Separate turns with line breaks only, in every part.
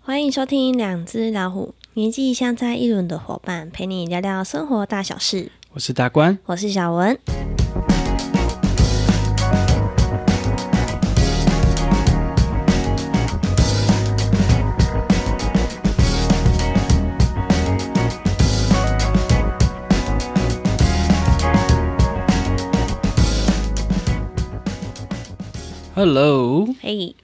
欢迎收听《两只老虎》，年纪相差一轮的伙伴陪你聊聊生活大小事。
我是大官，
我是小文。
Hello，
嘿，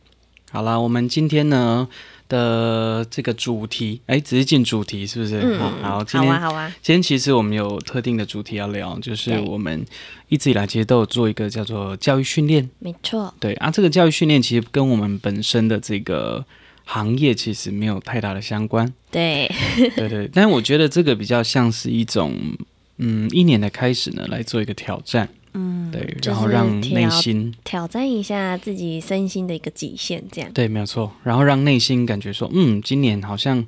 好啦，我们今天呢的这个主题，哎，直接进主题是不是？好
嗯，
好，今
好
天、
啊，好啊，
今天其实我们有特定的主题要聊，就是
对
我们一直以来其实都有做一个叫做教育训练，
没错，
对啊，这个教育训练其实跟我们本身的这个行业其实没有太大的相关，
对，
对对，但我觉得这个比较像是一种，嗯，一年的开始呢来做一个挑战，
嗯，
对，
就
然后
是
让
挑
内心
挑战一下自己身心的一个极限，这样。
对，没有错。然后让内心感觉说，嗯，今年好像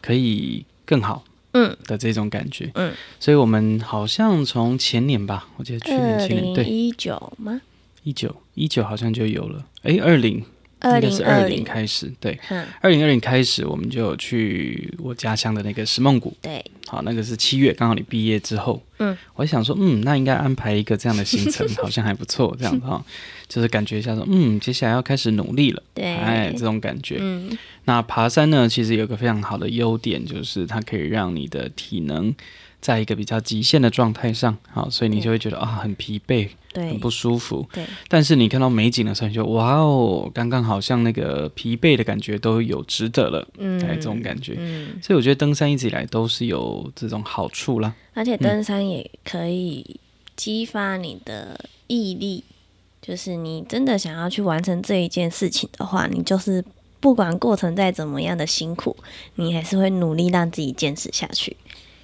可以更好，
嗯，
的这种感觉，
嗯。
所以我们好像从前年吧，我记得去年、
二
前年，
零
对，
一九吗？
一九一九好像就有了，诶，二零应
二
该是
零
二
二
零
零，
开始，对，
哈，
二零二零开始我们就有去我家乡的那个石梦谷，
对，
好，那个是七月，刚好你毕业之后，
嗯，
我想说，嗯，那应该安排一个这样的 行程，好像还不错，这样子哈、就是感觉一下说，嗯，接下来要开始努力了，
对
哎，这种感觉。
嗯，
那爬山呢，其实有个非常好的优点，就是它可以让你的体能在一个比较极限的状态上，好，所以你就会觉得啊、很疲惫，很
对，
不舒服。
对，
但是你看到美景的时候，你就哇哦，刚刚好像那个疲惫的感觉都有值得了，
嗯，
哎，这种感觉。
嗯，
所以我觉得登山一直以来都是有这种好处啦。
而且登山也可以激发你的毅力，就是你真的想要去完成这一件事情的话，你就是不管过程再怎么样的辛苦，你还是会努力让自己坚持下去，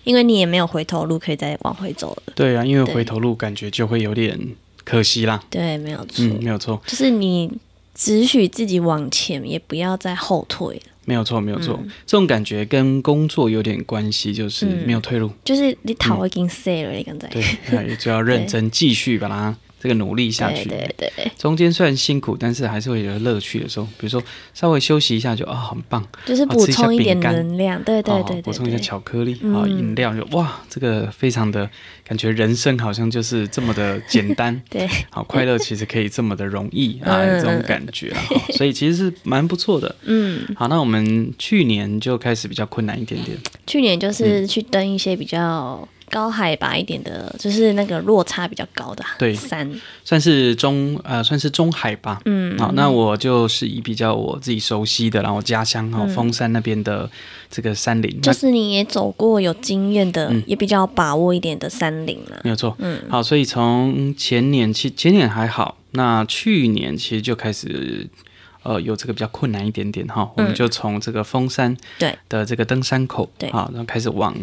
因为你也没有回头路可以再往回走了。
对啊，因为
对
回头路感觉就会有点可惜啦。
对，没有错，
嗯，没有错，
就是你只许自己往前，也不要再后退了。
没有错，没有错。这种感觉跟工作有点关系，就是
嗯
没有退路。
就是你头已经碎了，你刚才。
对，那也就要认真继续把它这个努力下
对
去。
对对，
中间虽然辛苦，但是还是会有乐趣的时候，比如说稍微休息一下就啊、很棒，
就是
哦
补
吃一下
充一点
饼干
能量，对对对
哦，
对
补
对，，
充一下巧克力啊、饮料就哇，这个非常的感觉，人生好像就是这么的简单
对，
好、快乐其实可以这么的容 易啊，
嗯
这种感觉啦、哦所以其实是蛮不错的。
嗯，
好，那我们去年就开始比较困难一点点，
去年
嗯
就是去登一些比较高海拔一点的，就是那个落差比较高的啊
对
山，
算是中呃算是中海吧。
嗯，
好，那我就是以比较我自己熟悉的，然后家乡哦，峰山那边的这个山林，
嗯就
那
是你也走过有经验的，也比较有把握一点的山林啊啦、
没有错。嗯，好，所以从前年其前年还好，那去年其实就开始。呃，有这个比较困难一点点
嗯
哈，我们就从这个峰山
对
的这个登山口
对
好，然后开始往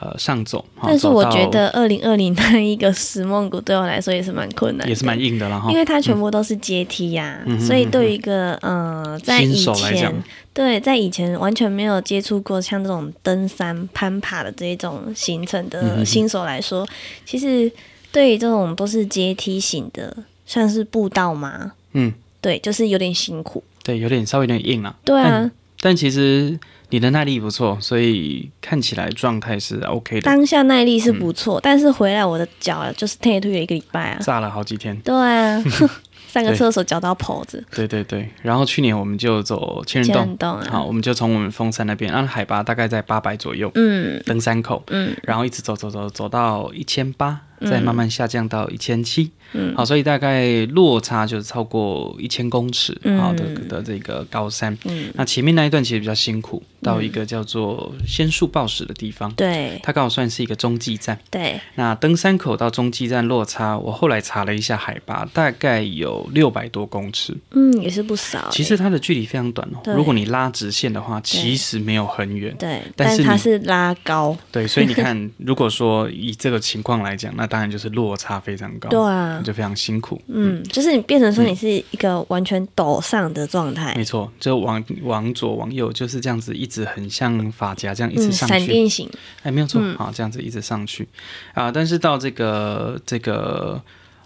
呃上走，好
但是
走
我
到
觉得二零二零那一个石梦谷对我来说也是蛮困难的，
也是蛮硬的了哈
因，为它全部都是阶梯呀、
嗯
所以对于一个呃，在
新
以
手来讲
前对在以前完全没有接触过像这种登山、攀爬的这一种行程
嗯
的新手来说，其实对于这种都是阶梯型的，算是步道嘛，
嗯，
对，就是有点辛苦。
对，有点稍微有点硬了。
对啊
但，但其实你的耐力不错，所以看起来状态是 OK 的。
当下耐力是不错，但是回来我的脚啊就是退退了一个礼拜啊。
炸了好几天，
对啊， 上个
嗯对
厕所脚到跑子，
对对对。然后去年我们就走千人
这
洞
样，动啊。
好，我们就从我们峰山那边，按海拔大概在八百左右，
嗯
登山口，
嗯，
然后一直走走走走到一千八，再慢慢下降到一千七，
嗯，
好，所以大概落差就是超过一千公尺，好的
嗯
的这个高山。
嗯，
那前面那一段其实比较辛苦，到一个叫做仙树抱石的地方，
对
它刚好算是一个中继站。
对，
那登山口到中继站落差，我后来查了一下海拔，大概有六百多公尺。
嗯，也是不少欸。
其实它的距离非常短哦
对，
如果你拉直线的话，其实没有很远。
对，
但
但
是
它
你
是拉高，
对，所以你 看，如果说以这个情况来讲，那当然就是落差非常高，
对啊，
哦就非常辛苦。
嗯，就是你变成说你是一个完全陡上的状态，
没错，就往往左往右就是这样子，一直很像发夹这样一直
嗯，
上
闪嗯
去。
电型，
哎，没有错，好，这样子一直上去啊、但是到这个这个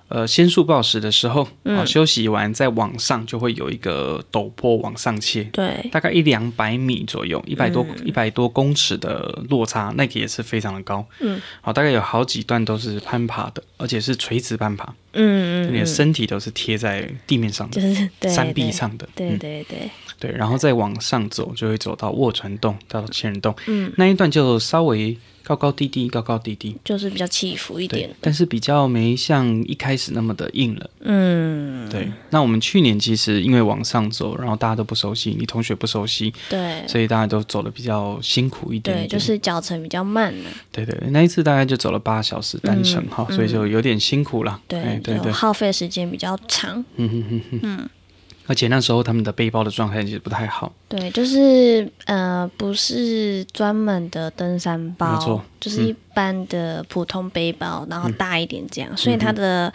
呃仙术暴食的时候，
嗯
啊、休息完再往上就会有一个陡坡往上切，
对，
大概一两百米左右，一百多
嗯
一百、多公尺的落差，那个也是非常的高。
嗯，
好、大概有好几段都是攀爬的，而且是垂直攀爬，
嗯
你
嗯
的
嗯，
身体都是贴在地面上的
就。是对
山
对
壁上的，
对
嗯
对对，
对，然后再往上走，就会走到卧船洞，到千人洞
嗯，
那一段，就稍微高高低低，高高低低，
就是比较起伏一
对
点，，
但是比较没像一开始那么的硬了。
嗯，
对，那我们去年其实因为往上走，然后大家都不熟悉，你同学不熟悉，
对
所以大家都走的比较辛苦一点
对，
点。
就是脚程比较慢了，
对对，那一次大概就走了八小时单程哈、所以就有点辛苦了。哎
嗯对，
对对
就，耗费时间比较长，
嗯哼哼哼。而且那时候他们的背包的状态其实不太好，
对，就是呃，不是专门的登山
没错嗯
包，就是一般的普通背包，然后大一点这
嗯
样，所以它的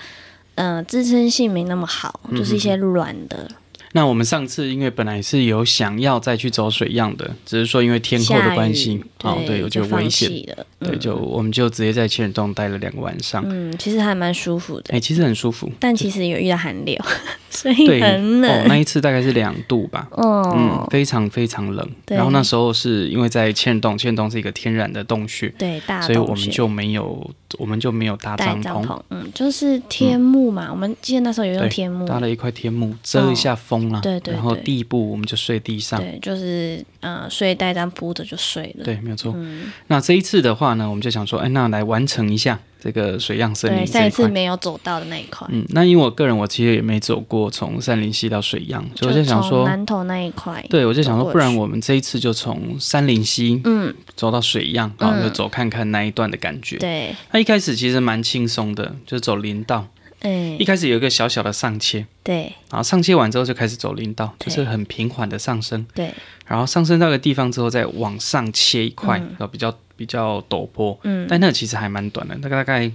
呃支撑性没那么好，
嗯
就是一些软的，
那我们上次因为本来是有想要再去走水样的，只是说因为天候
下
的
雨
关系，哦，对，
对，
有
就
觉得危
放
险，
弃了，
对，就我们就直接在千人洞待了两个晚上，哎、
嗯，其实还蛮舒服的，
其实很舒服，
但其实有遇到寒流， 所
对，
以很
哦，那
冷，
一次大概是两度吧。嗯
哦，，
非常非常冷。
对
然后那时候是因为在千人洞，千人洞是一个天然的洞穴，
对，大
所以我
洞
们
穴。
就没有我们就没有搭
带
帐
帐
篷，
篷，嗯，就是天幕嘛，我们记得那时候有用
对
天幕，
搭了一块天幕遮一下风
嗯
啦、
哦对对
然后
对
地布我们就睡地上。
对，就是嗯、呃，睡袋这样铺着就睡了。
对，没有错。
嗯
那这一次的话呢，我们就想说，哎，那来完成一下这个水漾森林
对，
这
上
一
一次
块。
没有啊走到的那一块，
嗯，那因为我个人我其实也没走过从山林溪到水漾，所以我就想
从
说，
南头那一块，
对我就想
走
说，
过
不然
去
我们这一次就从山林溪
嗯，
走到水漾，然后就
嗯
走看看那一段的感觉。
对，
那一开始其实蛮轻松的，就走林道。
哎
一，开始有一个小小的上切，
对
然后上切完之后就开始走林道，就
对
是很平缓的上升。
对，
然后上升到一个地方之后，再往上切一块，
嗯
然后比较比较陡坡，
嗯
但那其实还蛮短的，那个大概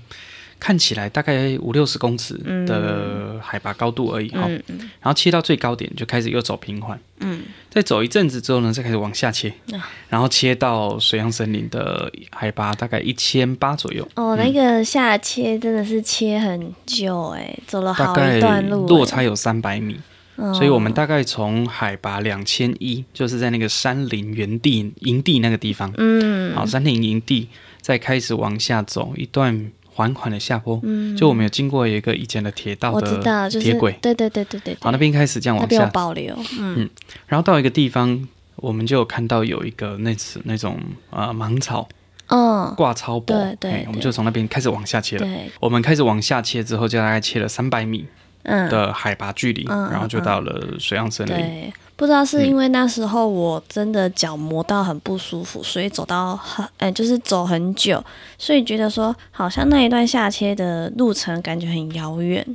看起来大概五六十公尺
嗯
的海拔高度而已哈、
嗯嗯
然后切到最高点就开始又走平缓，
嗯，
再走一阵子之后呢，再开始往下切，
啊
然后切到水漾森林的海拔大概一千八左右，
哦，那个下切真的是切很久，哎，走了
大
好
概
一段路，
落
哎
差有三百米。
嗯
所以我们大概从海拔两千一，就是在那个山林原地营地那个地方，
嗯，
好，山林营地再开始往下走一段缓缓的下坡，就我们有经过一个以前的铁道
嗯我知道，
的
就是
铁轨，
对对对对对，对
好，那边开始这样
那
往
边有
下，
保留，嗯，
然后到一个地方，我们就有看到有一个那次那种呃芒草
哦，
挂超薄，
对对
嘿我们
对
就从那边开始往下切了。
对，
我们开始往下切之后，就大概切了三百米
嗯，
的海拔距离，
嗯嗯
然后就到了水漾森林。
对，不知道是
嗯
因为那时候我真的脚磨到很不舒服，所以走到很，呃，就是走很久，所以觉得说好像那一段下切的路程感觉很遥远。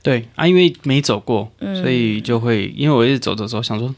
对啊，因为没走过，
嗯
所以就会因为我一直走走走，想说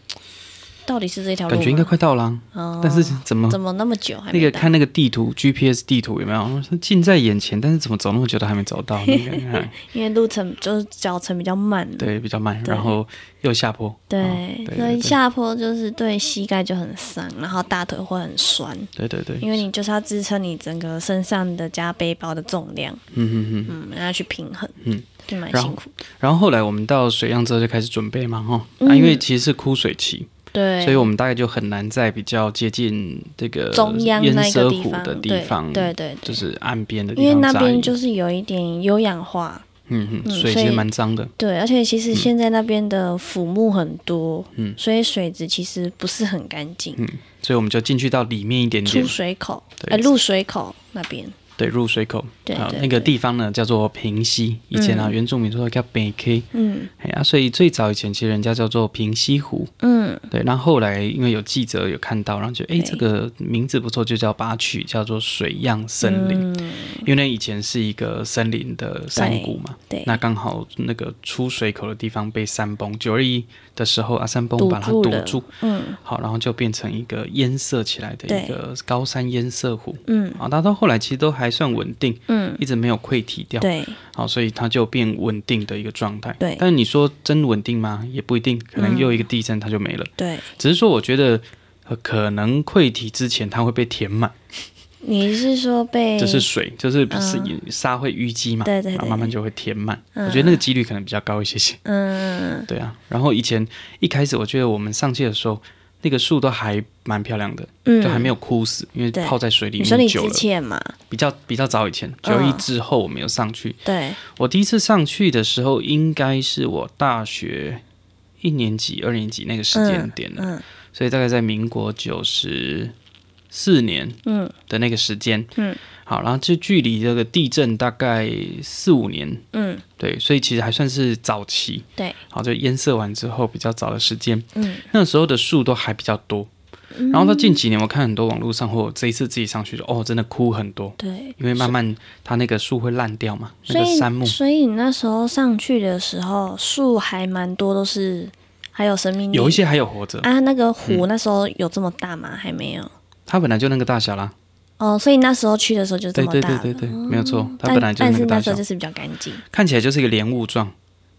到底是这条路
感
吗？
觉应该快到了啊、
哦
但是怎么
怎么那么久还
那
没
个
到
看那个地图 GPS 地图有没有说近在眼前，但是怎么走那么久都还没走到？ 那个哎
因为路程就是脚程比较慢。
对比较慢，
对
然后又下坡，哦
对
对，
所以
对
下坡就是对膝盖就很伤，然后大腿会很酸，
对对对，
因为你就是要支撑你整个身上的加背包的重量，
嗯嗯嗯。
嗯，然后去平衡，
嗯，
就蛮
然后
辛苦。
然后后来我们到水漾之后就开始准备嘛，哈、啊，因为其实是枯水期，
嗯对，
所以我们大概就很难在比较接近这个
中央
淹
那
蛇
个地
湖
方
的地
对
方，
对对
就
对，
是岸边的地
因
方，
为那
扎
边
营
就是有一点有氧化，
嗯嗯，
嗯
水
所
其实
以
蛮脏的，
对，而且其实现在那边的腐木很多，
嗯
所以水质其实不是很干净，
嗯，所以我们就进去到里面一点点
出，水口，
对
哎，入水口那边，
对，入水口，
对
啊
对
那个
对
地方呢叫做平溪，以前啊、原住民说叫北 K，
嗯
哎呀、啊，所以最早以前其实人家叫做平溪湖，
嗯，
对，然后后来因为有记者有看到，然后觉得哎
对
这个名字不错，就叫把它取叫做水漾森
嗯
林，因为那以前是一个森林的山谷嘛，
对，
那刚好那个出水口的地方被山崩，九二一的时候啊山崩
堵
把它
住
堵
了
住，
嗯
好，然后就变成一个淹塞起来的一
对
个高山淹塞湖。
嗯
啊，它到后来其实都还算稳定，
嗯，
一直没有溃堤掉，
对
好，所以它就变稳定的一个状态。
对嗯
但你说真稳定吗？也不一定，可能又一个地震它就没了。
对，
只是说，我觉得、呃可能溃堤之前它会被填满，
你是说被
这是水，就是不是沙会淤积嘛，
哎嗯对对对
然后慢慢就会填满。
嗯
我觉得那个几率可能比较高一些些。
嗯
对啊，然后以前一开始我觉得我们上去的时候，那个树都还蛮漂亮的，
嗯，
就还没有枯死，因为
对
泡在水里
你说你
面久
之
了。
前嘛，
比较比较早以前，九
嗯
一之后我没有上去。
对，
我第一次上去的时候，应该是我大学一年级、二年级那个时间点了，
嗯
所以大概在民国九十四年
嗯
的那个时间。
嗯，
好，然后这距离这个地震大概四五年，
嗯
对，所以其实还算是早期。
对，
好，就淹塞完之后比较早的时间，
嗯，
那时候的树都还比较多。然后到近几年，我看很多网络上或我这一次自己上去就，哦，真的哭很多，
对，
因为慢慢它那个树会烂掉嘛，
所
那个杉木
以所以你那时候上去的时候，树还蛮多，都是还有生命力。
有一些嗯还有活着，
啊，那个湖那时候有这么大吗？还没有。
它本来就那个大小啦。
哦，所以那时候去的时候就这
对
么
对
大
对
了。
对对，没有错，它
但
本来就
但
那
是
个大
那时
小
候，就是比较干净。
看起来就是一个莲雾状，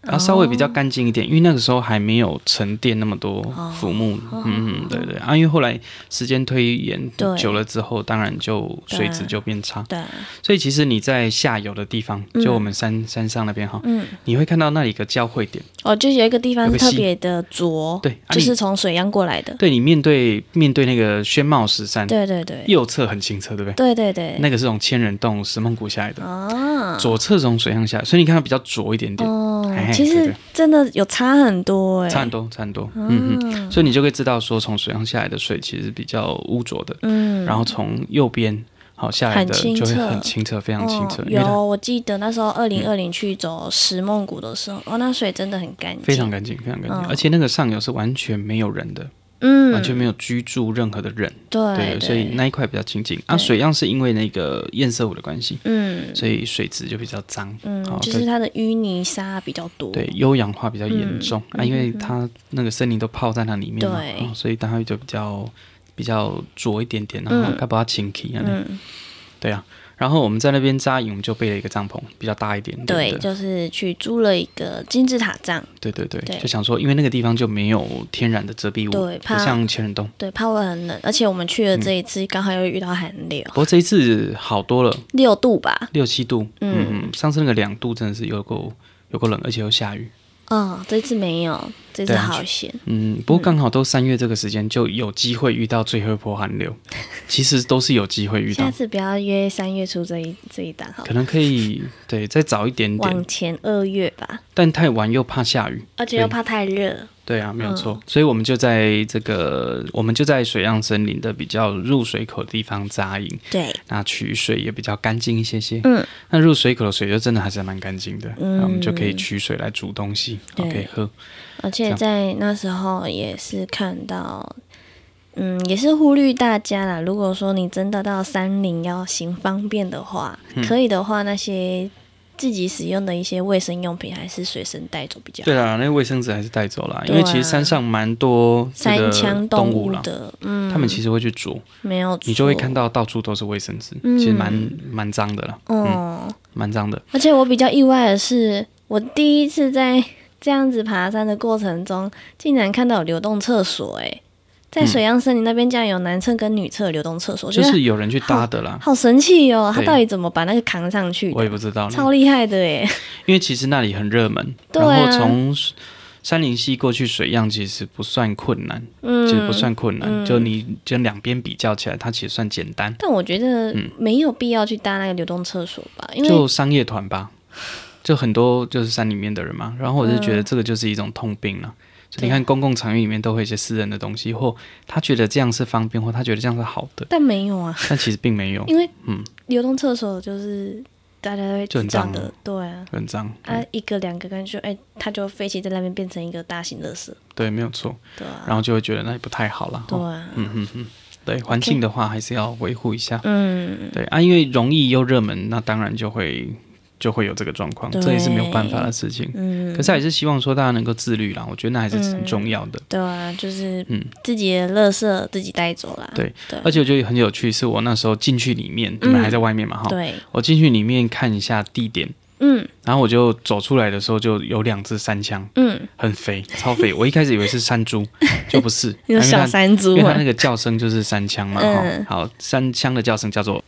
然后稍微比较干净一点，因为那个时候还没有沉淀那么多
哦
腐木。嗯嗯，对对啊，因为后来时间推延
对
久了之后，当然就水质就变差。
对啊，
所以其实你在下游的地方，就我们山、山上那边哈，
嗯
你会看到那里一个交汇点。
哦，就有一个地
有
方
个
特
溪
别的浊，
对啊
就
你
是从水样过来的。
对你面对面对那个宣茂石山，
对对对，
右侧很清澈，对不对？
对对对。
那个是从千人洞石梦谷下来的，
啊，
左侧从水上下来，所以你看它比较浊一点点，
哦
哎，
其
对
实
对
真的有差很多哎，
差很多，差很多。嗯嗯，所以你就会知道说，从水上下来的水其实比较污浊的，
嗯，
然后从右边好下来的
很清
就会
澈
很清澈，非常清澈，
哦、
因为它嗯
有，我记得那时候二零二零去走石梦谷的时候，哦，那水真的很干净，
非常干净，非常干净，
嗯
而且那个上游是完全没有人的，
嗯，
完全没有居住任何的人。
对
对，
对
所以那一块比较清静。啊，
对
水样是因为那个堰塞湖的关系，
嗯
所以水质就比较脏，好
嗯，就
对
是它的淤泥沙比较多，
对，优氧化比较严重、
嗯
啊，因为
嗯嗯嗯
它那个森林都泡在那里面嘛，
对
哦所以它就比较比较浊一点点，然后
嗯
它把它清气啊，
嗯，
对啊。然后我们在那边扎营，我们就备了一个帐篷，比较大一点点
对，
的，
就是去租了一个金字塔帐，
对对对
对
就想说，因为那个地方就没有天然的遮蔽
对
物，不
怕
像千人洞。
对，怕会很冷，而且我们去的这
嗯
一次刚好又遇到寒流，
不过这一次好多了，
六度吧，
六七度，
嗯
嗯，上次那个两度真的是有够有够冷，而且又下雨，
嗯，这次没有，这次
对啊
好险，
嗯，不过刚好都三月这个时间就有机会遇到最后一波寒流，其实都是有机会遇
下
到，
次不要约三月初这一这一档好了
可，能 可以对再早一点
往
点，
前二月吧，
但太晚又怕下雨，
而且又怕太热，
对啊，没
嗯
有错，所以我们就在这个我们就在水漾森林的比较入水口的地方扎营，
对，
那取水也比较干净一些些，
嗯，
那入水口的水就真的还是蛮干净的，
嗯
那我们就可以取水来煮东西，
对
可以喝，
而
这
且
样
在那时候也是看到，嗯，也是呼吁大家啦。如果说你真的到山林要行方便的话，
嗯
可以的话，那些自己使用的一些卫生用品还是随身带走比较好。
对啊，那个卫生纸还是带走啦，因
对啊
为其实山上蛮多这
三
个
枪
动
物
物啦。
的，嗯，
他们其实会去啄，
没有，
你就会看，到到处都是卫生纸，
嗯
其实蛮蛮脏的了，
嗯，
蛮脏的。
而且我比较意外的是，我第一次在这样子爬山的过程中，竟然看到有流动厕所、欸，在水漾森林那边竟然有男厕跟女厕流动厕所，我觉
就
得
嗯是有人去搭的啦，
好神奇哦！他
啊对
到底怎么把那个扛上去
我也
的？
不知道呢，
超厉害的 耶！
因为其实那里很热门，
对啊
然后从山林溪过去水漾其实不算困难，
嗯，
其实不算困难，就你就两边比较起来，它其实算简单，
但我觉得没有必要去搭那个流动厕所吧，因为
嗯就商业团吧，就很多就是山里面的人嘛，然后我就觉
嗯
得这个就是一种通病了。就你看，公共场域里面都会有一些私人的东西，或他觉得这样是方便，或他觉得这样是好的，
但没有啊，
但其实并没有。
因为
嗯
流动厕所就是大家会
就
知
很
道
脏
的，对啊，
很脏，嗯
啊一个两个感觉，哎，它就飞起在那边变成一个大型垃圾，
对，没有错。
对啊，
然后就会觉得那也不太好了。
对
吼
啊，
嗯嗯嗯，对，环境的话还是要维护一下。
嗯，
对啊，因为容易又热门，那当然就会就会有这个状况，
对
这也是没有办法的事情。
嗯
可是还是希望说大家能够自律啦，我觉得那还是很重要的。
对啊，就是
嗯
自己的垃圾自己带走啦，
对
对
而且我觉得很有趣，是我那时候进去里面，你们还在外面嘛哈、
嗯对，
我进去里面看一下地点，
嗯
然后我就走出来的时候就有两只山枪，
嗯，
很肥，超肥。我一开始以为是山猪，就 不是，因
有
为
小
它
山
因
猪
为它
啊
那，个叫声就是山枪嘛，哈、
嗯
好，山枪的叫声叫做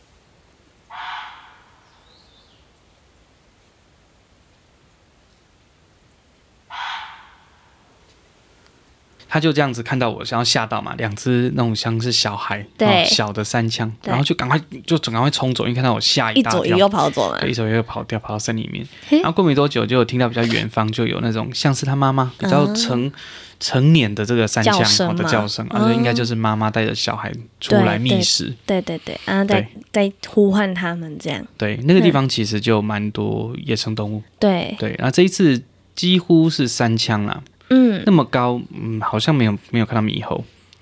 他就这样子看到我，想要吓到嘛，两只那种像是小孩，
对
哦小的三枪，
对
然后就赶快就赶快冲走，因为看到我吓
一
大
左一
跳，
右跑走嘛
对，。一左一右跑掉，跑到森林里面。
哎嘿
然后过没多久，就有听到比较远方就有那种像是他妈妈比较成、成年的这个三
啊叫
枪
声
哦的
吗嗯
叫声，啊，这应该就是妈妈带着小孩出
对
来觅
对
食。
对对对，然后再再呼唤他们这样。
对，那个地
嗯
方其实就蛮多野生动物。
对，
对，然后这一次几乎是三枪啦，
嗯
那么高，嗯，好像没有没有看到猕猴，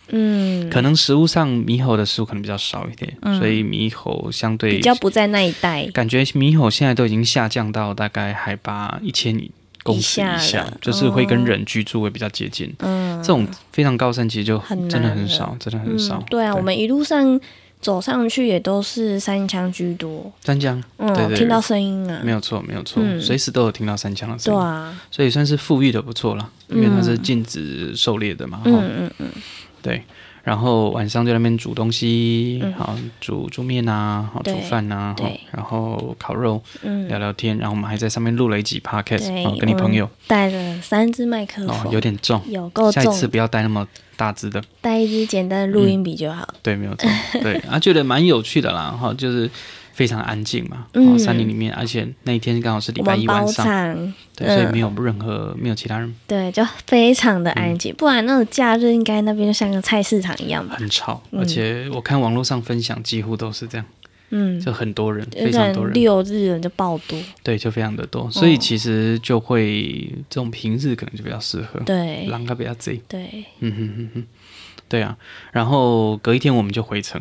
嗯，
可能食物上猕猴的食物可能比较少一点，
嗯
所以猕猴相对
比较不在那一带。
感觉猕猴现在都已经下降到大概海拔一千公尺以
以下
下
了，
就是会跟
哦
人居住会比较接近。
嗯，
这种非常高山其实就
很难
真的很
了
少，真的很少
嗯。。对啊，我们一路上走上去也都是三枪居多。
三江
嗯，
对对
听到声音啊
没。有错，没有错，
嗯
随时都有听到三枪的声
对
音，
啊，
所以算是富裕的不错啦，因为它是
嗯
禁止狩猎的嘛。吼
嗯嗯嗯，
对，然后晚上就在那边煮东西，
嗯
好煮煮面啊，好
对
煮饭啊，
对
好然后烤肉
嗯
聊聊天，然后我们还在上面录了一集 podcast，
对
哦，跟你朋友
带了三支麦克
哦
风，
有点重，
有够
下
重
一，次嗯不要带那么大只的，
带一支简单的录音笔就好。
对，没有 错，对啊，觉得蛮有趣的啦，哈、就是非常安静嘛，哦，
嗯
山林里面，而且那一天刚好是礼
我
拜
们
一晚
包
上，
场，
对，所以
嗯
没有任何没有其他人
对，就非常
嗯
的安静，不然那种假日应该那边就像个菜市场一样吧。
很吵，
嗯
而且我看网络上分享几乎都是这样，
嗯，
就很多人，
有
非常多
点
人，
六哦日人就爆多，
对，就非常的多，所以其实就会这种平日可能就比较适合，
对
狼它比较贼，
对，
嗯哼哼哼，对啊，然后隔一天我们就回城。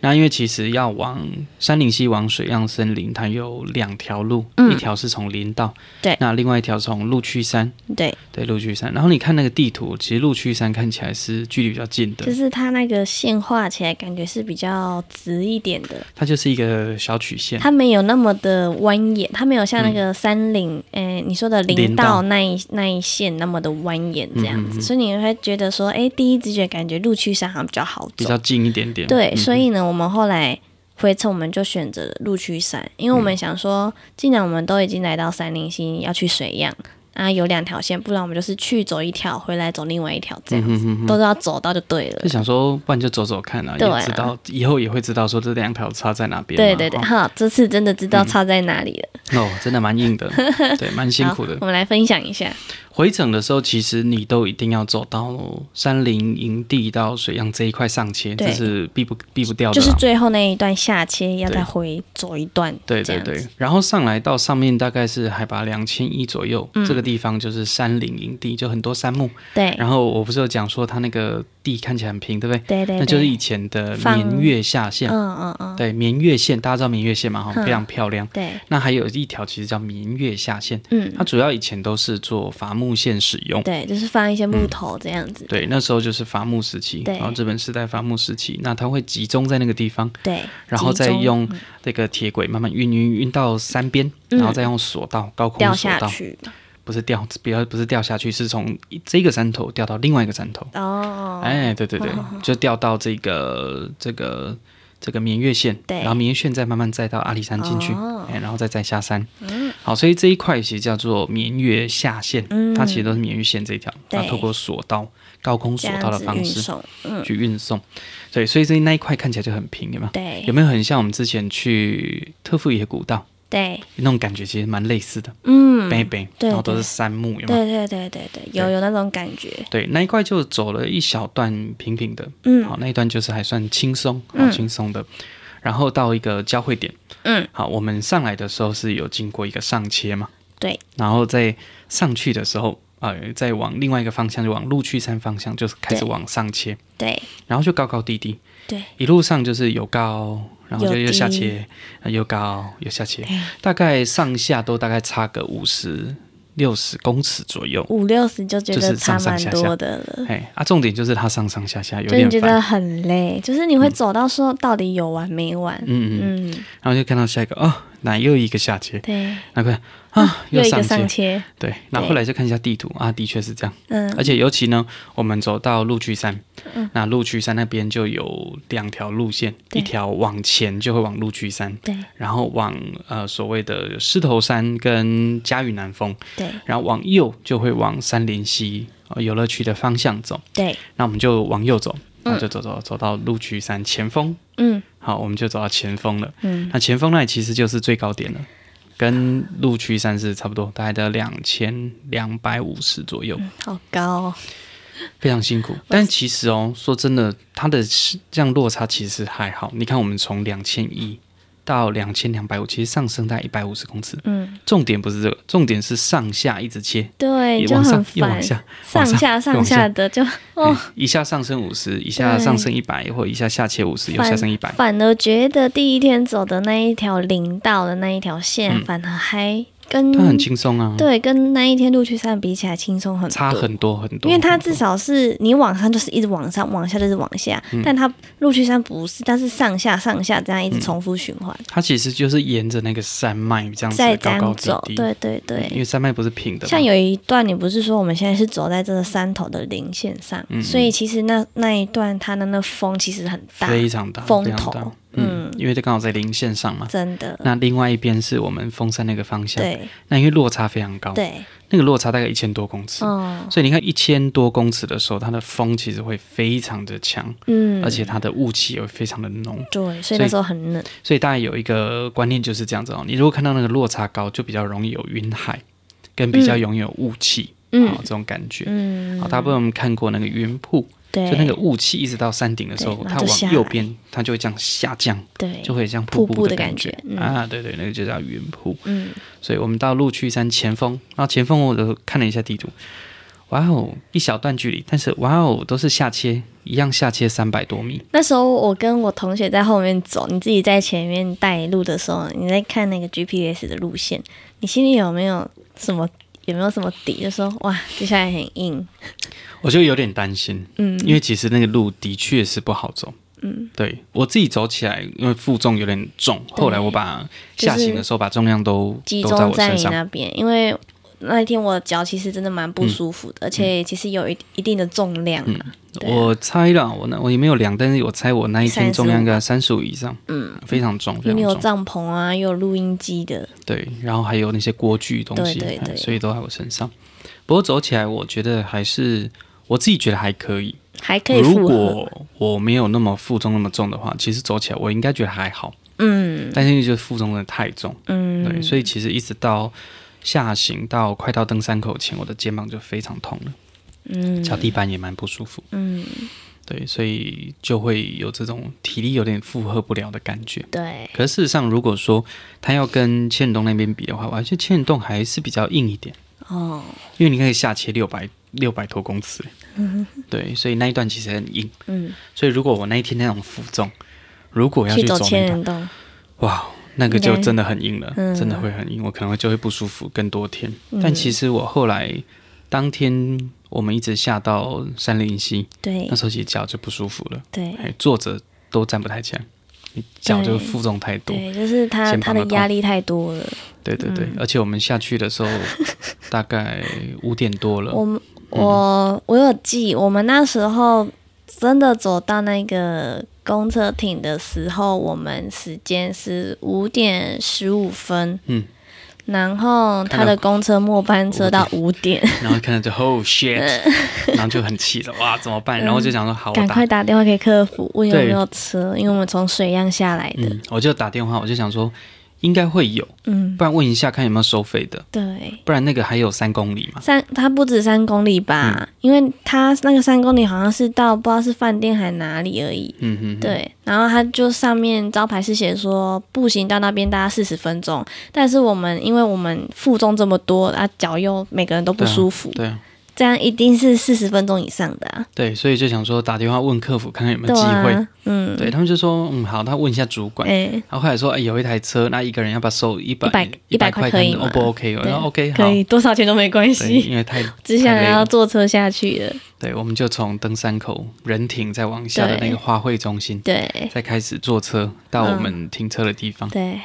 那因为其实要往山岭溪往水漾森林，它有两条路，
嗯
一条是从林道，
对
那另外一条是从鹿区山，
对，
对，鹿区山。然后你看那个地图，其实鹿区山看起来是距离比较近的，
就是它那个线画起来感觉是比较直一点的，
它就是一个小曲线，
它没有那么的蜿蜒，它没有像那个山岭，诶、你说的
嗯林
林
道
道那一那一线那么的蜿蜒这样
嗯
子，
嗯嗯
所以你会觉得说，诶，第一直觉感觉陆区山好像比较好
比
走，
较近一点点。
对，
嗯
所以呢，我们后来回程我们就选择了陆区山，因为我们想说，既然我们都已经来到三零溪，要去水漾。啊，有两条线，不然我们就是去走一条，回来走另外一条，这
嗯
样子、都是要走到就对了
就。想说，不然就走走看啊，
对啊
也知道以后也会知道说这两条差在哪边嘛。嗯
对对对，
哦
好，这次真的知道差在哪里了。
哦，真的蛮 硬的，对，蛮辛苦的
好。我们来分享一下。
回程的时候，其实你都一定要走到山林营地到水漾这一块上切，
对
这是避不避不掉的
就
啦。
是最后那一段下切要
对
再回走一段，
对
这
对
样子
对，然后上来到上面大概是海拔两千一左右，这个地方就是山林营地，就很多杉木。
嗯对
然后我不是有讲说它那个地看起来很平，对不对？
对对，
那就是
对
以前的
放
绵月下线，
嗯嗯嗯，
对绵月线，大家知道绵月线嘛？哈，
嗯
非常漂亮。
对，
那还有一条其实叫绵月下线，
嗯
它主要以前都是做伐木线使用。
对，就是放一些木头这样子，
对，那时候就是伐木时期，
对
然后日本时代伐木时期，那它会集中在那个地方，
对，
然后再
集中
用这个铁轨慢慢运运运到山边，
嗯
然后再用索道高空
掉
索
下
道，
去，
不是掉，不要不是掉下去，是从一这个山头掉到另外一个山头。
哦，
哎，对对 对，就掉到这个这个这个绵月线，
对
然后绵月线再慢慢再到阿里山进去，
哦
哎，然后再再下山。好，所以这一块其实叫做绵月下线，
嗯
它其实都是绵月线这一条，
对
它透过索道高空
这
索道
样
的
子
方
运
式
送，嗯，
去运送。对，所以这那一块看起来就很平，有没有？
对
有没有很像我们之前去特富野古道
对，
那种感觉？其实蛮类似的，
嗯，
北
对
北，
对
然后都是
对
杉木，有没有？
对对对对，有
对
有那种感觉，
对，那一块就走了一小段平平的，
嗯
好，那一段就是还算轻松，好
嗯
轻松的。然后到一个交汇点，
嗯，
好，我们上来的时候是有经过一个上切嘛，
对，
然后在上去的时候，呃，再往另外一个方向，就往陆区山方向，就是开始
对
往上切，
对
然后就高高低低，
对，
一路上就是有高，然后就
有
又下
低
切，然后又高又下切，大概上下都大概差个五十六十公尺左右，
五六十就觉
就是
得差
上上
蛮
下下
多的了。
哎，啊，重点就是它上上下下有
就你
点
觉
烦嗯
得，很累，就是你会走到说到底有完没完？
嗯
嗯，
嗯。然后就看到下一个哦，那又一个下切，
对，哦
那个啊
又一
上
个
切
上，切，
对。那后来就看一下地图啊，的确是这样。
嗯
而且尤其呢，我们走到陆区山，那陆区山那边就有两条路线，
对
一条往前就会往陆区山，
对
然后往呃所谓的狮头山跟嘉峪南峰，
对
然后往右就会往山林溪。呃游乐区的方向走。
对，
那我们就往右走，然后就走走走到鹿区山前锋。
嗯
好，我们就走到前锋了。
嗯
那前锋那里其实就是最高点了，跟鹿区山是差不多，大概在两千两百五十左右，
好高、哦，
非常辛苦。但其实哦，说真的，它的这样落差其实还好。你看，我们从两千一到两千两百五，其实上升大概一百五十公尺。
嗯，
重点不是这个，重点是上下一直切，
对，
也
就
往
很
上又
烦
往，下，
上下
又
上
往
下
下
的就哦，
哎一下上升五十，一下
对
上升一百，或一下下切五十，又下
反
升一百。
反而觉得第一天走的那一条林道的那一条线，
嗯
反而还跟
它很轻松啊，
嗯对跟那一天路去山比起来轻松很多，
差很多很多。
因为它
很多
至少是你往上就是一直往上，往下就是往下，
嗯
但它路去山不是，但是上下上下这样一直重复循环，
它其实就是沿着那个山脉这样子
再这
嗯高高
样
低
走，
低，嗯
对对对。
因为山脉不是平的嘛，
像有一段，你不是说我们现在是走在这个山头的零线上，
嗯
所以其实那那一段它的那风其实很大，
非常大，
风
非常
头
大，嗯，因为这刚好在零线上嘛。
真的，
那另外一边是我们峰山那个方向，
对
那因为落差非常高，
对，
那个落差大概一千多公尺，
嗯
所以你看一千多公尺的时候，它的风其实会非常的强，
嗯，
而且它的雾气也会非常的浓，
对，所以
所
那
以哦
时候很冷，
所以大家有一个观念就是这样子哦，你如果看到那个落差高，就比较容易有云海，跟比较容易有雾气，
嗯
哦，这种感觉。哦
嗯，
好，大部分我们看过那个云瀑，
对，
就那个雾气一直到山顶的时候，
对然
它
后就下
往
来
右边，它就会这样下降，
对，
就会像
瀑布
布
的
感
感觉嗯
啊，对对，那个就叫云瀑。
嗯，
所以我们到鹿区山前锋，然后前锋我就看了一下地图，哇哦，一小段距离，但是哇哦，都是下切，一样下切三百多米，
那时候我跟我同学在后面走，你自己在前面带路的时候，你在看那个 GPS 的路线，你心里有没有什么有没有什么底？就说哇，接下来很硬，
我就有点担心，
嗯，
因为其实那个路的确是不好走。嗯，对我自己走起来，因为负重有点重，后来我把
就是
下行的时候把重量都
集
都在
中
我
在
身
你
上，嗯
那边，因为那一天我脚其实真的蛮不舒服的，而且其实有一一定的重量啊，对啊
我猜啦，我那我也没有量，但是我猜我那一天
35
重量应该三十五以上，
嗯，
非常重，非
因为有帐
常重。
篷啊，又有录音机的，
对，然后还有那些锅具东西，哎
对对对
所以都在我身上。不过走起来，我觉得还是我自己觉得还可以。
还可以
如
复合，
果我没有那么负重那么重的话，其实走起来我应该觉得还好。
嗯
但是因为就是负重真的太重，
嗯，
对，所以其实一直到下行到快到登山口前，我的肩膀就非常痛了，
嗯
脚底板也蛮不舒服。
嗯，
对，所以就会有这种体力有点负荷不了的感觉。
对，
可是事实上，如果说它要跟千人洞那边比的话，我还觉得千人洞还是比较硬一点，
哦，
因为你可以下切六百六百多公尺，对，所以那一段其实很硬。
嗯，
所以如果我那一天那种负重，如果要
去
走
走
那
千
一段，
人洞，
哇，那个就
应该
真的很硬了，
嗯
真的会很硬，我可能会就会不舒服更多天。但其实我后来当天我们一直下到山林溪，
对
那时候其实脚就不舒服了。
对
哎，坐着都站不太起来，你脚就负重太多。
对，嗯就是他
肩
他
膀
的
的痛
压力太多了，
对对对，而且我们下去的时候大概五点多
我
了，
们我我有记，我们那时候真的走到那个公车亭的时候，我们时间是五点十五分，
嗯，
然后他
看
的
到
公车末班车到五点，
然后 看到就 oh shit，然后就很气了，哇，怎么办？然后就想说好，我
呃嗯赶
打
快，打电话给客服问有
对
没有车，因为我们从水漾下来的，
嗯，我就打电话，我就想说应该会有，
嗯，
不然问一下看有没有收费的，
对。
不然那个还有三公里嘛，
三，它不止三公里吧，
嗯
因为它那个三公里好像是到不知道是饭店还哪里而已，
嗯哼，
对，然后它就上面招牌是写说步行到那边大概四十分钟，但是我们因为我们负重这么多，啊脚又每个人都不
对啊
舒服，
对啊，
这样一定是四十分钟以上的啊，
对，所以就想说打电话问客服看看有没有
对
机会，
啊，嗯，
对他们就说嗯好，他问一下主管，
哎，
然后后来说，哎，有一台车，那一个人要不要收一百
100
百
块可
看
以吗
，O 哦不 OK？我
对
说 OK，好
可，以多少钱都没关
对，
系，
因为太
只
太
想
累
要
了。
坐车下去了，
对，我们就从登山口人挺再往下的
对
那个花卉中心，
对
再开始坐车到我们停车的地方。
对，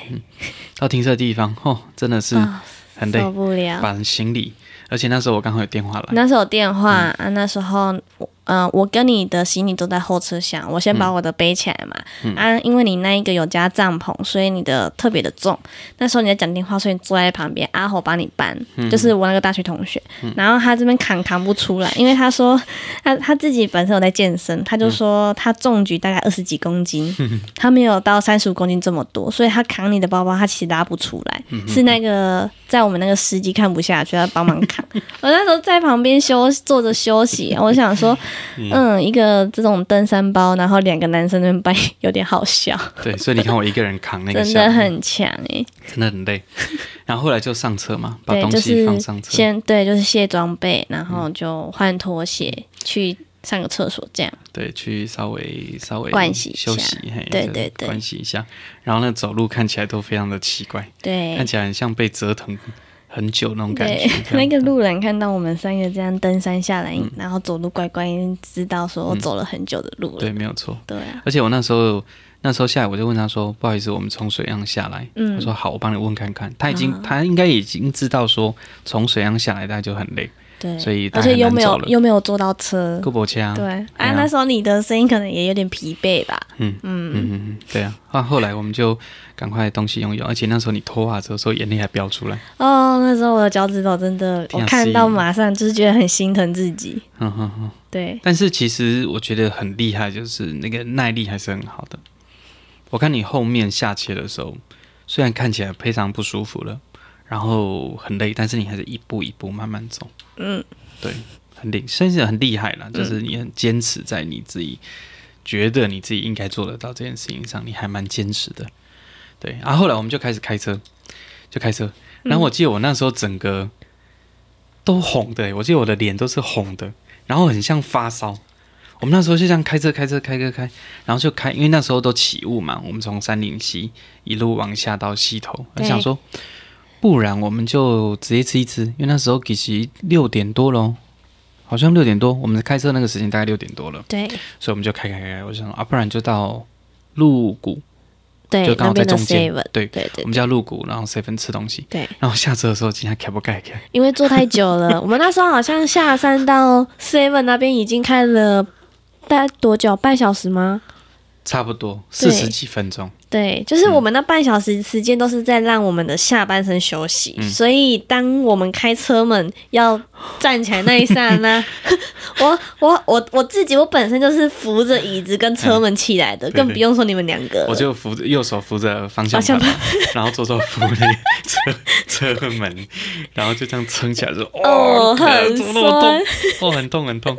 到停车的地方，哦，真的是
嗯啊
很累
受，不了。
把人行李，而且那时候我刚好有电话来，
那时候有电话、啊，那时候我嗯、我跟你的行李都在后车厢，我先把我的背起来嘛。啊，因为你那一个有加帐篷，所以你的特别的重。那时候你在讲电话，所以你坐在旁边，阿豪帮你搬，就是我那个大学同学。然后他这边扛扛不出来，因为他说他他自己本身有在健身，他就说他重举大概二十几公斤，他没有到三十五公斤这么多，所以他扛你的包包，他其实拉不出来，是那个在我们那个司机看不下去，他帮忙扛。我那时候在旁边休坐着休息， 我想说，嗯，一个这种登山包，然后两个男生在那边搬， 有点好笑，
对，所以你看我一个人扛那个
真
箱
的
子，
很强哎、
真的 很累。然后后来就上车嘛，把
对，
东
就
西
是
放上车。嗯
先对，就是卸装备，然后就换拖鞋、去上个厕所这样。
对，去稍微稍微
盥洗一
休
下
息，嘿，
对
就是
对对
盥洗一下。然后呢，走路看起来都非常的奇怪，
对
看，起来很像被折腾很久那种感觉
对，
这样。
那个路人看到我们三个这样登山下来，
嗯
然后走路乖乖，知道说我走了很久的路了。
对，没有错。
对啊，
而且我那时候那时候下来，我就问他说：“不好意思，我们从水漾下来。”
嗯
他说：“好，我帮你问看看。”他已经、他应该已经知道说从水漾下来大家就很累，
对，
所以大
而
家
且
很
又
难
没
走
有
了。
又没有坐到车，
够不掐？
对啊，
哎呀
那时候你的声音可能也有点疲惫吧，
嗯
嗯，
嗯嗯嗯，对啊。啊，后来我们就赶快东西用一用，而且那时候你脱袜子的时候，眼泪还飙出来。
哦，那时候我的脚趾头真的，
天
我
啊
看到
是
马上就是觉得很心疼自己，
嗯哼哼。
对，
但是其实我觉得很厉害，就是那个耐力还是很好的。我看你后面下切的时候，虽然看起来非常不舒服了，然后很累，但是你还是一步一步慢慢走。
嗯，
对，很厉，算是很厉害啦。就是你很坚持在你自己、觉得你自己应该做得到这件事情上，你还蛮坚持的。对，然、后后来我们就开始开车，就开车。然后我记得我那时候整个都红的、我记得我的脸都是红的，然后很像发烧。我们那时候就这样开车，开车，开车，开，然后就开，因为那时候都起雾嘛，我们从三林溪一路往下到溪头，我
对
想说，不然我们就直接吃一吃，因为那时候其实六点多咯，好像六点多，我们开车那个时间大概六点多了，
对
所以我们就开开开开，我就想啊，不然就到鹿谷，
对
就，刚
那
好在
边的
中间
seven，，
对，
对对
我们叫鹿谷，然后 seven 吃东西，
对，
然后下车的时候竟然开不开开，
因为坐太久 了，我们那时候好像下山到 Seven 那边已经开了大概多久？半小时吗？
差不多四
对
十几分钟，
对，就是
嗯
我们那半小时时间都是在让我们的下半身休息，
嗯
所以当我们开车门要站起来那一刹 那，我我我我自己我本身就是扶着椅子跟车门起来的，
嗯对对
更不用说你们两个了。
我就扶着右手扶着方向
呃方
盘， 然后左手扶着车车门，然后就这样撑起来说，
哦
哦，看
很
怎么那么痛，哦，很痛很痛，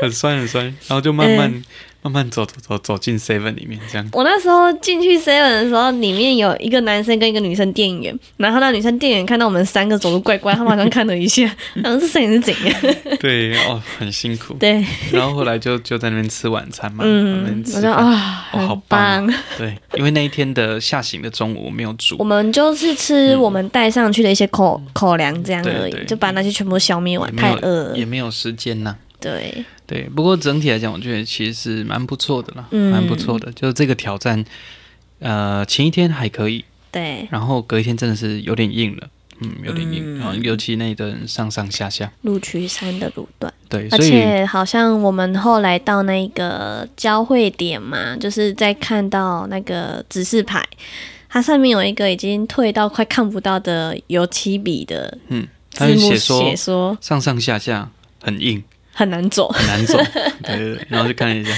很酸很酸，然后就慢慢、慢慢走走走走进 seven 里面 这样。
我那时候进去 Seven 的时候，里面有一个男生跟一个女生店员，然后那女生店员看到我们三个走路怪怪，他马上看了一下， 然后这摄影是怎样？
对哦，很辛苦。
对，
然后后来就就在那边吃晚餐嘛，我
嗯
们，吃
我说
饭
啊，
哦，好
很
棒
棒。
哦。对，因为那一天的下行的中午我没有
我
煮，
们就是吃我们带上去的一些口、口粮这样
对
而已，
嗯对
就把那些全部消灭
也
完，
没
太
有
饿
也
了。
没有时间呐、
对，
对，不过整体来讲，我觉得其实是蛮不错的啦，
嗯
蛮不错的。就是这个挑战，呃，前一天还可以，
对，
然后隔一天真的是有点硬了，嗯，有点硬，
嗯
然后尤其那一段上上下下，
录取山的路段，
对，
而
所以
且好像我们后来到那个交汇点嘛，就是在看到那个指示牌，它上面有一个已经退到快看不到的油漆笔的
嗯，
字
他就
幕，
写
写
说
说
上上下下很硬，
很难走，
很 难走，对对对，然后就看了一下，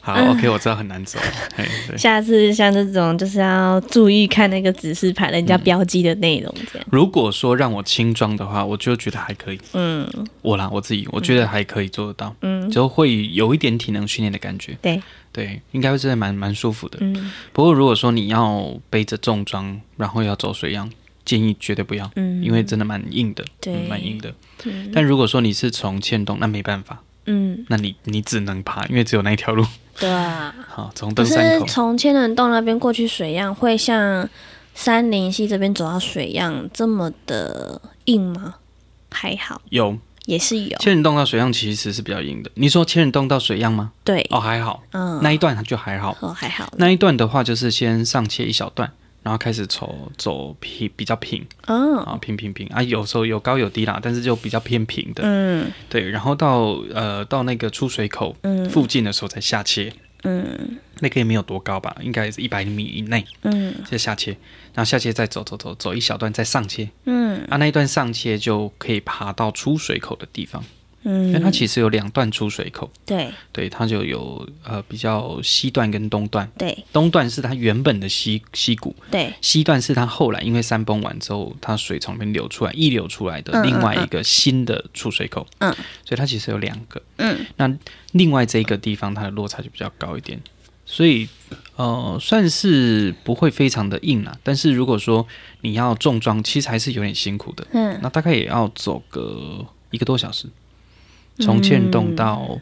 好，OK，我知
嗯
道很难走，嘿，对。
下次像这种就是要注意看那个指示牌人家
嗯
标记的内容这样。
如果说让我轻装的话，我就觉得还可以。
嗯
我啦，我自己我觉得还可以做得到，
嗯，
就会有一点体能训练的感觉。
对，
对，应该会真的蛮蛮舒服的。
嗯
不过如果说你要背着重装，然后要走水样，建议绝对不要，
嗯，
因为真的蛮硬的，
对
嗯蛮硬的。
嗯
但如果说你是从欠东，那没办法，
嗯，
那你你只能爬，因为只有那一条路。
对啊。
好，从
可
登山
是
口，
从千人洞那边过去水漾，会像山林溪这边走到水漾这么的硬吗？还好，
有
也是有。
千人洞到水样其实是比较硬的。你说千人洞到水样吗？
对，
哦，还好，
嗯，
那一段就还好。
哦还好。
那一段的话，就是先上切一小段，然后开始走走平比较平
哦，
啊，平平平啊，有时候有高有低啦，但是就比较偏平的。
嗯
对，然后到呃到那个出水口
嗯
附近的时候才下切，
嗯
那个也没有多高吧，应该是一百米以内
嗯
再下切，然后下切再走走走走一小段再上切，
嗯
啊那一段上切就可以爬到出水口的地方，因为
嗯，
它哎其实有两段出水口，
对
对，它就有呃比较西段跟东段，
对
东段是它原本的溪溪谷，
对，
西段是它后来因为山崩完之后，它水从那边流出来，溢流出来的
嗯嗯
另外一个新的出水口。
嗯
所以它其实有两个。
嗯
那另外这一个地方它的落差就比较高一点，所以呃算是不会非常的硬啦。但是如果说你要重装，其实还是有点辛苦的。
嗯
那大概也要走个一个多小时，
嗯
从建洞到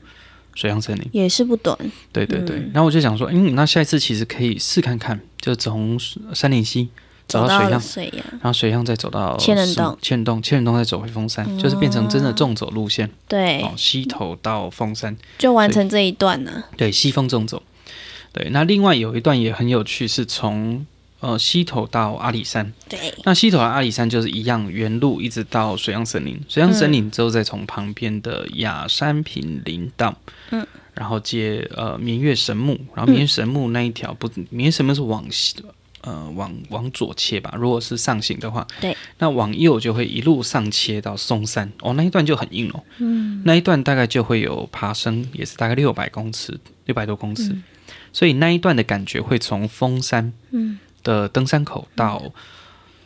水漾森林。
也是不短，
对对对，然后我就想说，嗯，那下一次其实可以试看看，就从三林溪走
走到
到水漾
了，水样，
然后水漾再走到
千人洞哦
是千人洞，千人洞再走回峰山，就是变成真的纵走路线
对，
哦，西头到凤山，
就完成这一段啊呢。
对，西峰纵走。对，那另外有一段也很有趣，是从呃西头到阿里山。
对，
那西头到阿里山就是一样，原路一直到水漾森林，水漾
嗯
森林之后再从旁边的雅山坪林道，
嗯，
然后接呃明月神木，然后明月神木那一条、不，明月神木是往西，呃往往左切吧，如果是上行的话，
对，
那往右就会一路上切到松山，哦那一段就很硬哦，嗯，那一段大概就会有爬升，也是大概六百公尺，六百多公尺，所以那一段的感觉会从峰山
嗯
的登山口到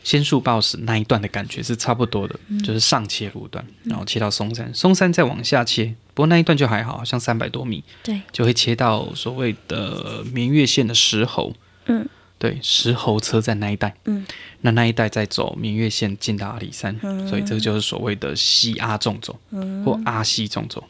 仙树报时那一段的感觉是差不多的，
嗯
就是上切路段，然后切到松山，松山再往下切，不过那一段就还好，好像三百多米
对，
就会切到所谓的明月线的石猴，
嗯
对，石猴车站那一带，
嗯
那那一带再走明月线进到阿里山，
嗯
所以这就是所谓的西阿纵走
嗯，
或阿西纵走，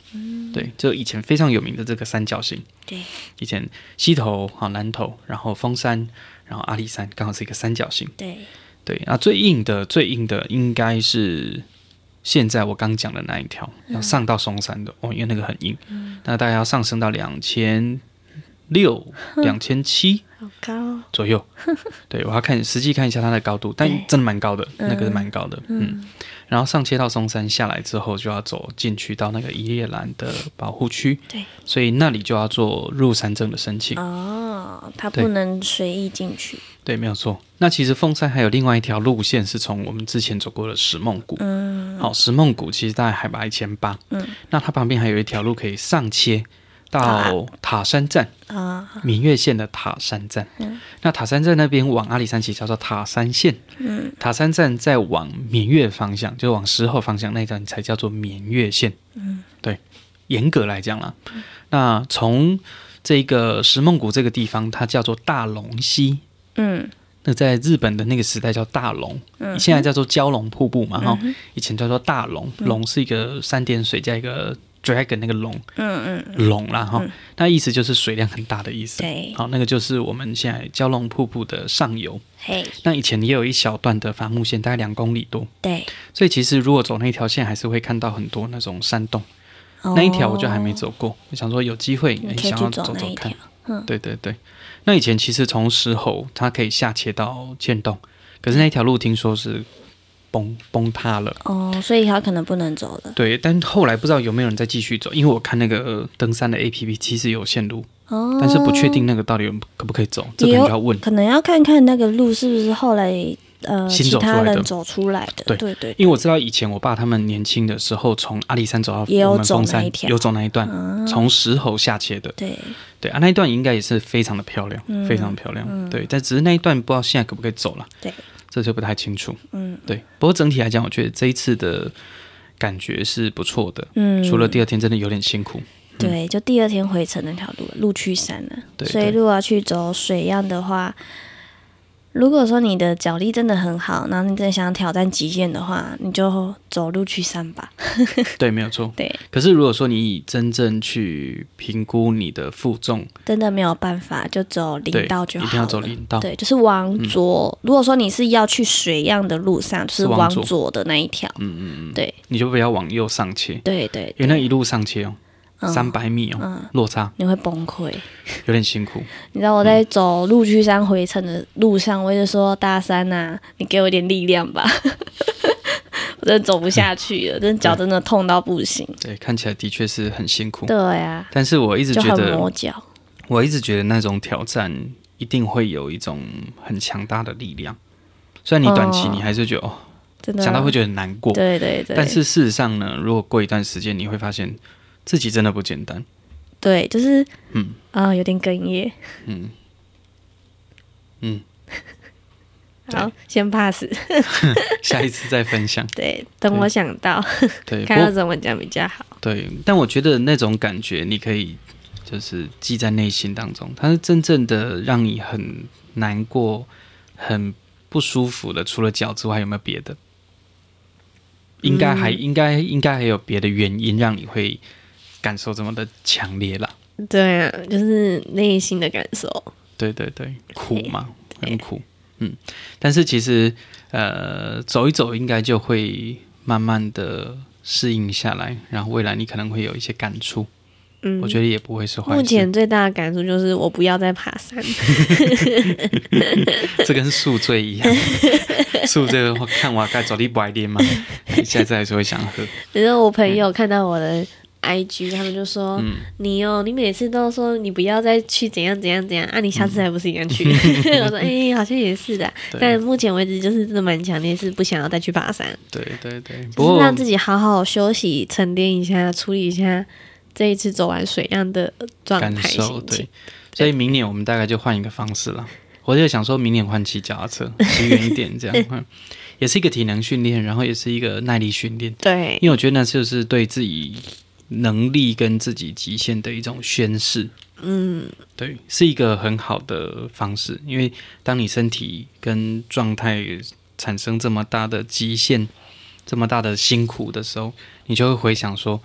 对，就以前非常有名的这个三角形。
对，
以前西头好南头，然后峰山，然后阿里山，刚好是一个三角形。
对，
对，那最硬的最硬的应该是现在我刚讲的那一条，
嗯
要上到松山的、哦，因为那个很硬，那大概要上升到两千六、两 千七
好高哦，
左右。对，我要看实际看一下它的高度，但
对
真的蛮高的，那个是蛮高的，嗯。然后上切到松山下来之后，就要走进去到那个一列兰的保护区，
对，
所以那里就要做入山证的申请。
哦，它
对
不能随意进去，
对，没有错。那其实凤山还有另外一条路线是从我们之前走过的石梦谷。
嗯
好，石梦谷其实大概海拔一千八，
嗯，
那它旁边还有一条路可以上切到塔山站，
啊，
闽越县的塔山站。
嗯
那塔山站那边往阿里山其实叫做塔山线，
嗯，
塔山站再往闽越方向，就往石后方向那一段才叫做闽越线。
嗯，
对，严格来讲啦，那从这个石梦谷这个地方，它叫做大龙溪。
嗯
那在日本的那个时代叫大龙，
嗯
现在叫做蛟龙瀑布嘛，哈、以前叫做大龙，龙是一个三点水加一个 dragon 那个龙，
嗯嗯，
龙啦哈，那意思就是水量很大的意思。
对，
好，那个就是我们现在蛟龙瀑布的上游。
嘿，
那以前也有一小段的伐木线，大概两公里多，
对，
所以其实如果走那条线，还是会看到很多那种山洞。那一条我就还没
哦，
走过，我想说有机会，
你
哎
可以
想
去
要
走
走
那
走
一
看
条。，嗯，
对对对，那以前其实从石猴它可以下切到建洞，可是那条路听说是崩崩塌了。
哦，所以它可能不能走了，
对，但后来不知道有没有人再继续走，因为我看那个呃登山的 APP 其实有线路，
哦，
但是不确定那个到底有可不可以走，这个
也
你
有
就要问。
可能要看看那个路是不是后来呃
新
其
走出
他
来的
人走出来的，
对
对对对，
因为我知道以前我爸他们年轻的时候，从阿里山走到
也有
我们
走
峰
那
山
一，条
有走那一段，
啊
从石猴下切的。
对，
对啊，那一段应该也是非常的漂亮，
嗯
非常漂亮。对，但只是那一段不知道现在可不可以走了，
对，
这就不太清楚。
嗯
对，不过整体来讲，我觉得这一次的感觉是不错的，
嗯，
除了第二天真的有点辛 苦。
对，就第二天回程那条路，路去山了。
对
所以
对
如果要去走水样的话，如果说你的脚力真的很好，然后你真的想挑战极限的话，你就走路去山吧。
对，没有错。
对，
可是如果说你真正去评估你的负重，
真的没有办法，就走林
对，
道就
一
好了。
定要走林道。
对，就是往左。如果说你是要去水样的路上，就是
嗯是往
往
左
左的那一条。嗯嗯嗯。对
你就不要往右上切，
对对嗯
因为那一路上切哦，三百、米哦，落差
你会崩溃。
有点辛苦。
你知道我在
嗯
走陆区山回程的路上，我一直说大山呐、你给我一点力量吧， 我真的走不下去
嗯
了，真的脚真的痛到不行。
对，看起来的确是很辛苦。
对啊，
但是嗯我一直
就
觉
很
得，
磨脚。
我一直觉得那种挑战一定会有一种很强大的力量。虽然你短期
哦
你还是觉得哦，
真的
想到会觉得很难过，
嗯啊对对对，
但是事实上呢，如果过一段时间，你会发现自己真的不简单。
对，就是
嗯
啊、有点哽咽。
嗯嗯，
好，先 pass。。
下一次再分享
对，等我想到，
对，不
看到
过
怎么讲比较好。
对，但我觉得那种感觉，你可以就是记在内心当中，它是真正的让你很难过、很不舒服的。除了脚之外，有没有别的？应该还、应该应该还有别的原因让你会感受这么的强烈啦。
对啊，就是内心的感受。
对对对，苦嘛，
对
很苦。嗯，但是其实呃，走一走应该就会慢慢的适应下来，然后未来你可能会有一些感触，
嗯，
我觉得也不会是坏事。
目前最大的感触就是我不要再爬 山。
这跟宿醉一 样，宿醉的话看瓦盖走地不爱练嘛，下次还是会想喝。
然后我朋友看到我
嗯
的 IG，他们就说：“你哦，你每次都说你不要再去怎样怎样怎样，
嗯
啊，你下次还不是一样 去？”我说：“哎、好像也是的。”
对
但目前为止，就是真的蛮强烈，是不想要再去爬山，
对对对，不
就是
过
让自己好好休息、沉淀一下，处理一下这一次走完水样的状
感
态
受
心情
对。，所以明年我们大概就换一个方式了。我就想说明年换骑脚踏 车，骑远一点这样，嗯也是一个体能训练，然后也是一个耐力训练。
对，
因为我觉得那就是对自己能力跟自己极限的一种宣示。嗯，对，是一个很好的方式，因为当你身体跟状态产生这么大的极限、这么大的辛苦的时候，你就会回想说，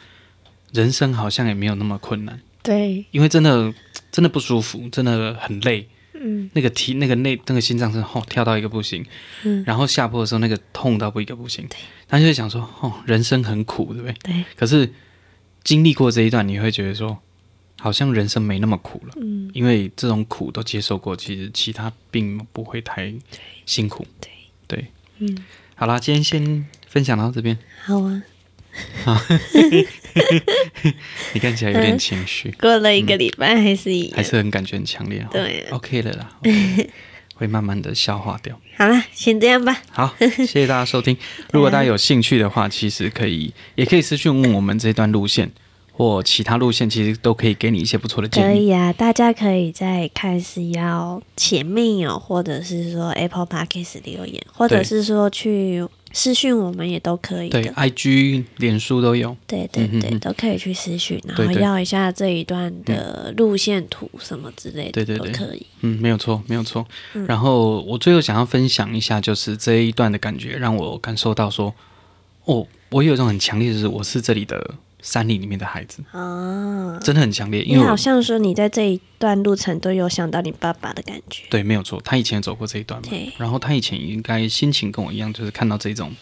人生好像也没有那么困难，
对，
因为真的真的不舒服，真的很累。
嗯，
那个踢那个内那个心脏是吼、跳到一个不行，
嗯
然后下坡的时候那个痛到不一个不行，他就会想说哦，人生很苦，对不对？
对，
可是经历过这一段，你会觉得说，好像人生没那么苦了，
嗯，
因为这种苦都接受过，其实其他并不会太辛苦。
对
对，
嗯，
好啦，今天先分享到这边，
好啊。
你看起来有
嗯
点情绪，
过了一个礼拜还是一样，
嗯还是很感觉很强烈哦。
对啊
o k 了啦 ，OK 会慢慢的消化掉。
好啦，先这样吧。
好，谢谢大家 收听。如果大家有兴趣的话，其实可以也可以私讯问我们这段路线或其他路线，其实都可以给你一些不错的
可
建议。
以啊，大家可以在看是要前面有，或者是说 Apple Podcast 留言，或者是说去私讯我们也都可以的
对。，IG、脸书都有。
对对
嗯哼
对，
哼
都可以去私讯，然
对
后
对
要一下这一段的路线图什么之类的，
对对对
都可以。
嗯，没有错，没有错。
嗯
然后我最后想要分享一下，就是这一段的感觉，让我感受到说，哦，我有一种很强烈的，就是我是这里的山里里面的孩子，
啊，
真的很强烈，
你
因为
好
我
像说你在这一段路程都有想到你爸爸的感觉，
对，没有错，他以前走过这一段嘛
对，
然后他以前应该心情跟我一样，就是看到这种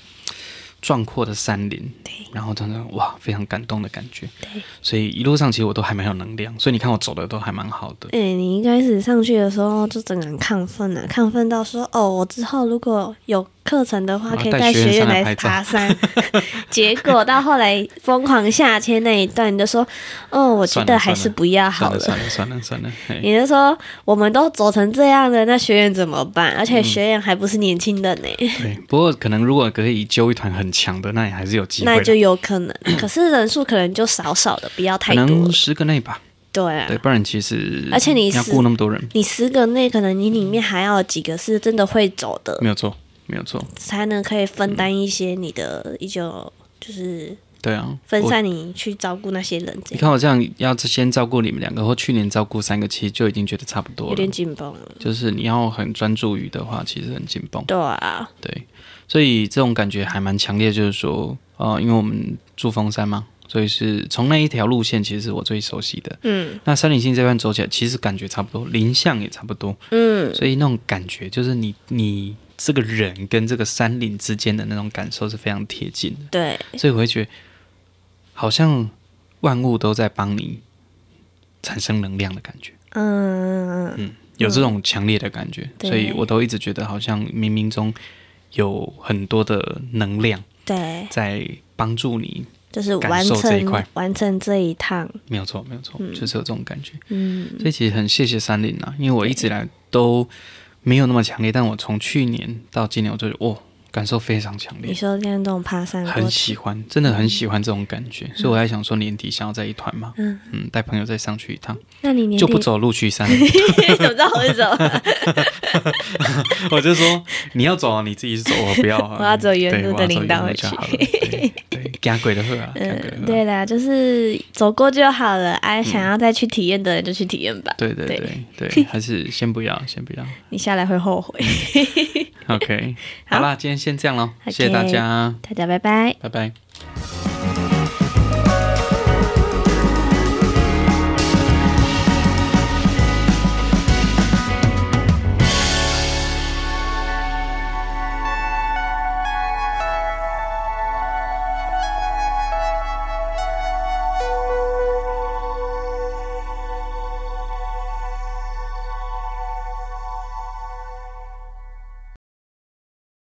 壮阔的山林，然后真的哇，非常感动的感觉。
对，
所以一路上其实我都还蛮有能量，所以你看我走的都还蛮好的。
哎、你一开始上去的时候就整个人亢奋啊，亢奋到说哦，我之后如果有课程的话，
我要
可以
啊带
带
学
学
员
员
上来
来
拍照
爬山。 结果到后来疯狂下切那一段，你就说哦，我觉
算
得
了
还是不要好
算了算了算了算了，嘿
你就说我们都走成这样了，那学员怎么办？而且学员还不是年轻人呢、
对。不过可能如果可以揪一团很强的，那也还是有机会
那
的。
就有可能。 可是人数可能就少少的，不要
可
太多
能。十个内吧，
对啊
对，，不然其实
而且你
要
是
顾那么多人，
你十个内，可能你里面还要有几个是真的会走的，
没有错，没有错，
才能可以分担
嗯
一些你的一就就是
对啊，
分
我
散你去照顾那些人，这样
你看我这样要先照顾你们两个，或去年照顾三个，其实就已经觉得差不多
有
了
点。紧绷了。
就是你要很专注于的话，其实很紧绷。
对啊，
对，所以这种感觉还蛮强烈。就是说，呃，因为我们住峰山嘛，所以是从那一条路线，其实是我最熟悉的。
嗯
那山林性这段走起来，其实感觉差不多，林相也差不多，
嗯，
所以那种感觉就是你你这个人跟这个山林
嗯
之间的那种感受是非常贴近的。
对，
所以我会觉得好像万物都在帮你产生能量的感觉，
嗯，嗯
有这种强烈的感觉，
对
所以我都一直觉得好像冥冥中有很多的能量
对，
在帮助你，
就是完
感受这一
成
块
完成这一趟，
没有错，没有错，就是有这种感觉。
嗯，
所以其实很谢谢三林啊，因为我一直以来都没有那么强烈，但我从去年到今年，我就哇、感受非常强
你
烈，
说像这种爬山过
很喜欢，真的很喜欢这种感觉。所以我在想说，年底想要在一团嘛，
嗯，
嗯，带朋友再上去一趟，
那你年
就不
底
走路去 山。
你怎么知道我是 什么？
我就说你要走啊，你自己走，我不要、啊。
我要走原路的
对
铃铛回去
我要走原路就好了对， 对怕鬼的会啊，怕鬼的
嗯，
会啊。
对啦，就是走过就好了，哎、想要再去体验的人就去体验吧。
嗯对对对对，还是先不要，先不要。
你下来会后悔。
OK，好啦，今天先这样喽，
OK
谢谢大家，
大家拜拜。
拜拜。